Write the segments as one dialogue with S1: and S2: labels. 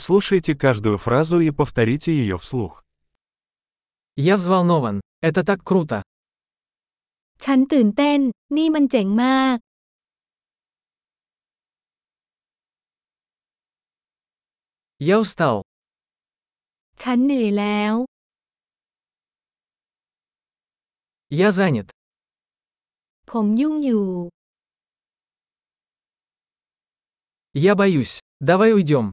S1: Прослушайте каждую фразу и повторите ее вслух.
S2: Я взволнован. Это так круто.
S3: ฉันตื่นเต้น นี่มันเจ๋งมาก
S2: Я устал.
S3: ฉันเหนื่อยแล้ว
S2: Я занят.
S3: ผมยุ่งอยู่
S2: Я боюсь. Давай уйдем.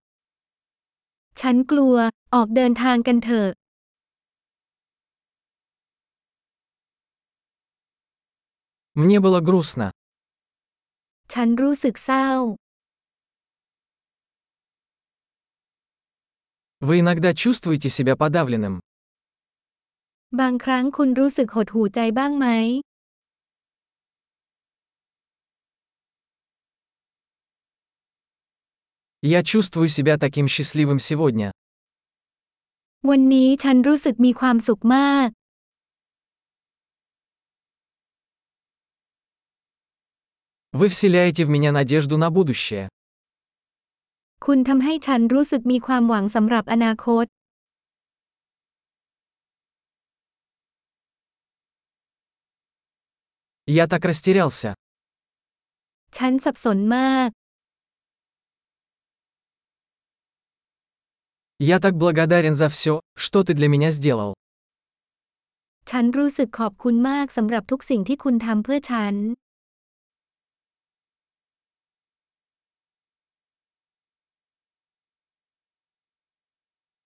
S3: ฉันกลัว ออกเดินทางกันเถอะ
S2: Мне было грустно.
S3: ฉันรู้สึกเศร้า
S2: Вы иногда чувствуете себя подавленным.
S3: บางครั้งคุณรู้สึกหดหู่ใจบ้างไหม
S2: Я чувствую себя таким счастливым сегодня.
S3: วันนี้ฉันรู้สึกมีความสุขมาก
S2: Вы вселяете в меня надежду на будущее.
S3: คุณทำให้ฉันรู้สึกมีความหวังสำหรับอนาคต
S2: Я так растерялся.
S3: ฉันสับสนมาก
S2: Я так благодарен за все, что ты для меня сделал.
S3: ฉันรู้สึกขอบคุณมากสำหรับทุกสิ่งที่คุณทำเพื่อฉัน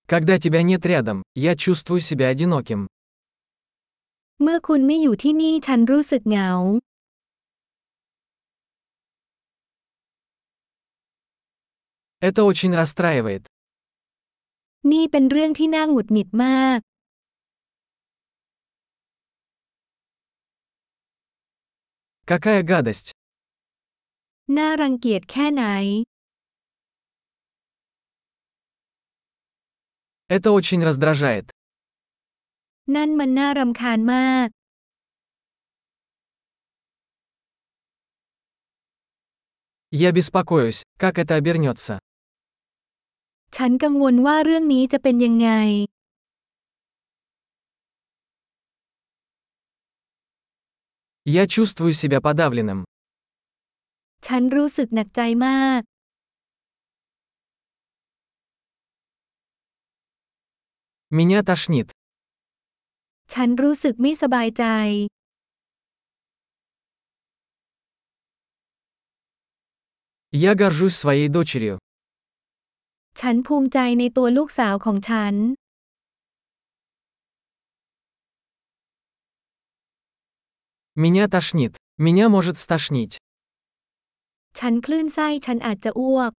S2: Когда тебя нет рядом, я чувствую себя одиноким.
S3: เมื่อคุณไม่อยู่ที่นี่ฉันรู้สึกเหงา
S2: Это очень расстраивает.
S3: นี่เป็นเรื่องที่น่าหงุดหงิดมาก
S2: Какая гадость.
S3: น่ารังเกียจแค่ไหน
S2: Это очень раздражает.
S3: นั่นมันน่ารำคาญมาก
S2: Я беспокоюсь, как это обернется.
S3: ฉันกังวลว่าเรื่องนี้จะเป็นยังไง
S2: Я чувствую себя подавленным.
S3: ฉันรู้สึกหนักใจมาก
S2: Меня тошнит.
S3: ฉันรู้สึกไม่สบายใจ
S2: Я горжусь своей дочерью.
S3: ฉันภูมิใจในตัวลูกสาวของฉัน
S2: Меня тошнит. Меня может стошнить.
S3: ฉันคลื่นไส้ฉันอาจจะอ้วก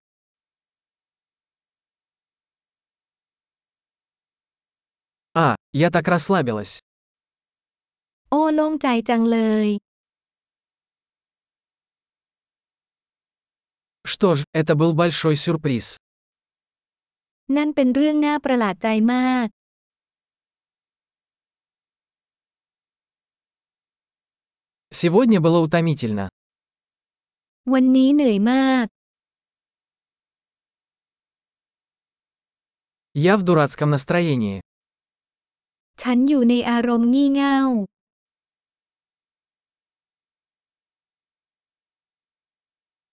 S2: А, я так расслабилась.
S3: โอ้โล่งใจจังเลย
S2: Что ж, это был большой сюрприз.
S3: นั่นเป็นเรื่องน่าประหลาดใจมาก
S2: Сегодня было утомительно.
S3: วันนี้เหนื่อยมาก
S2: Я в дурацком настроении.
S3: ฉันอยู่ในอารมณ์งี่เง่า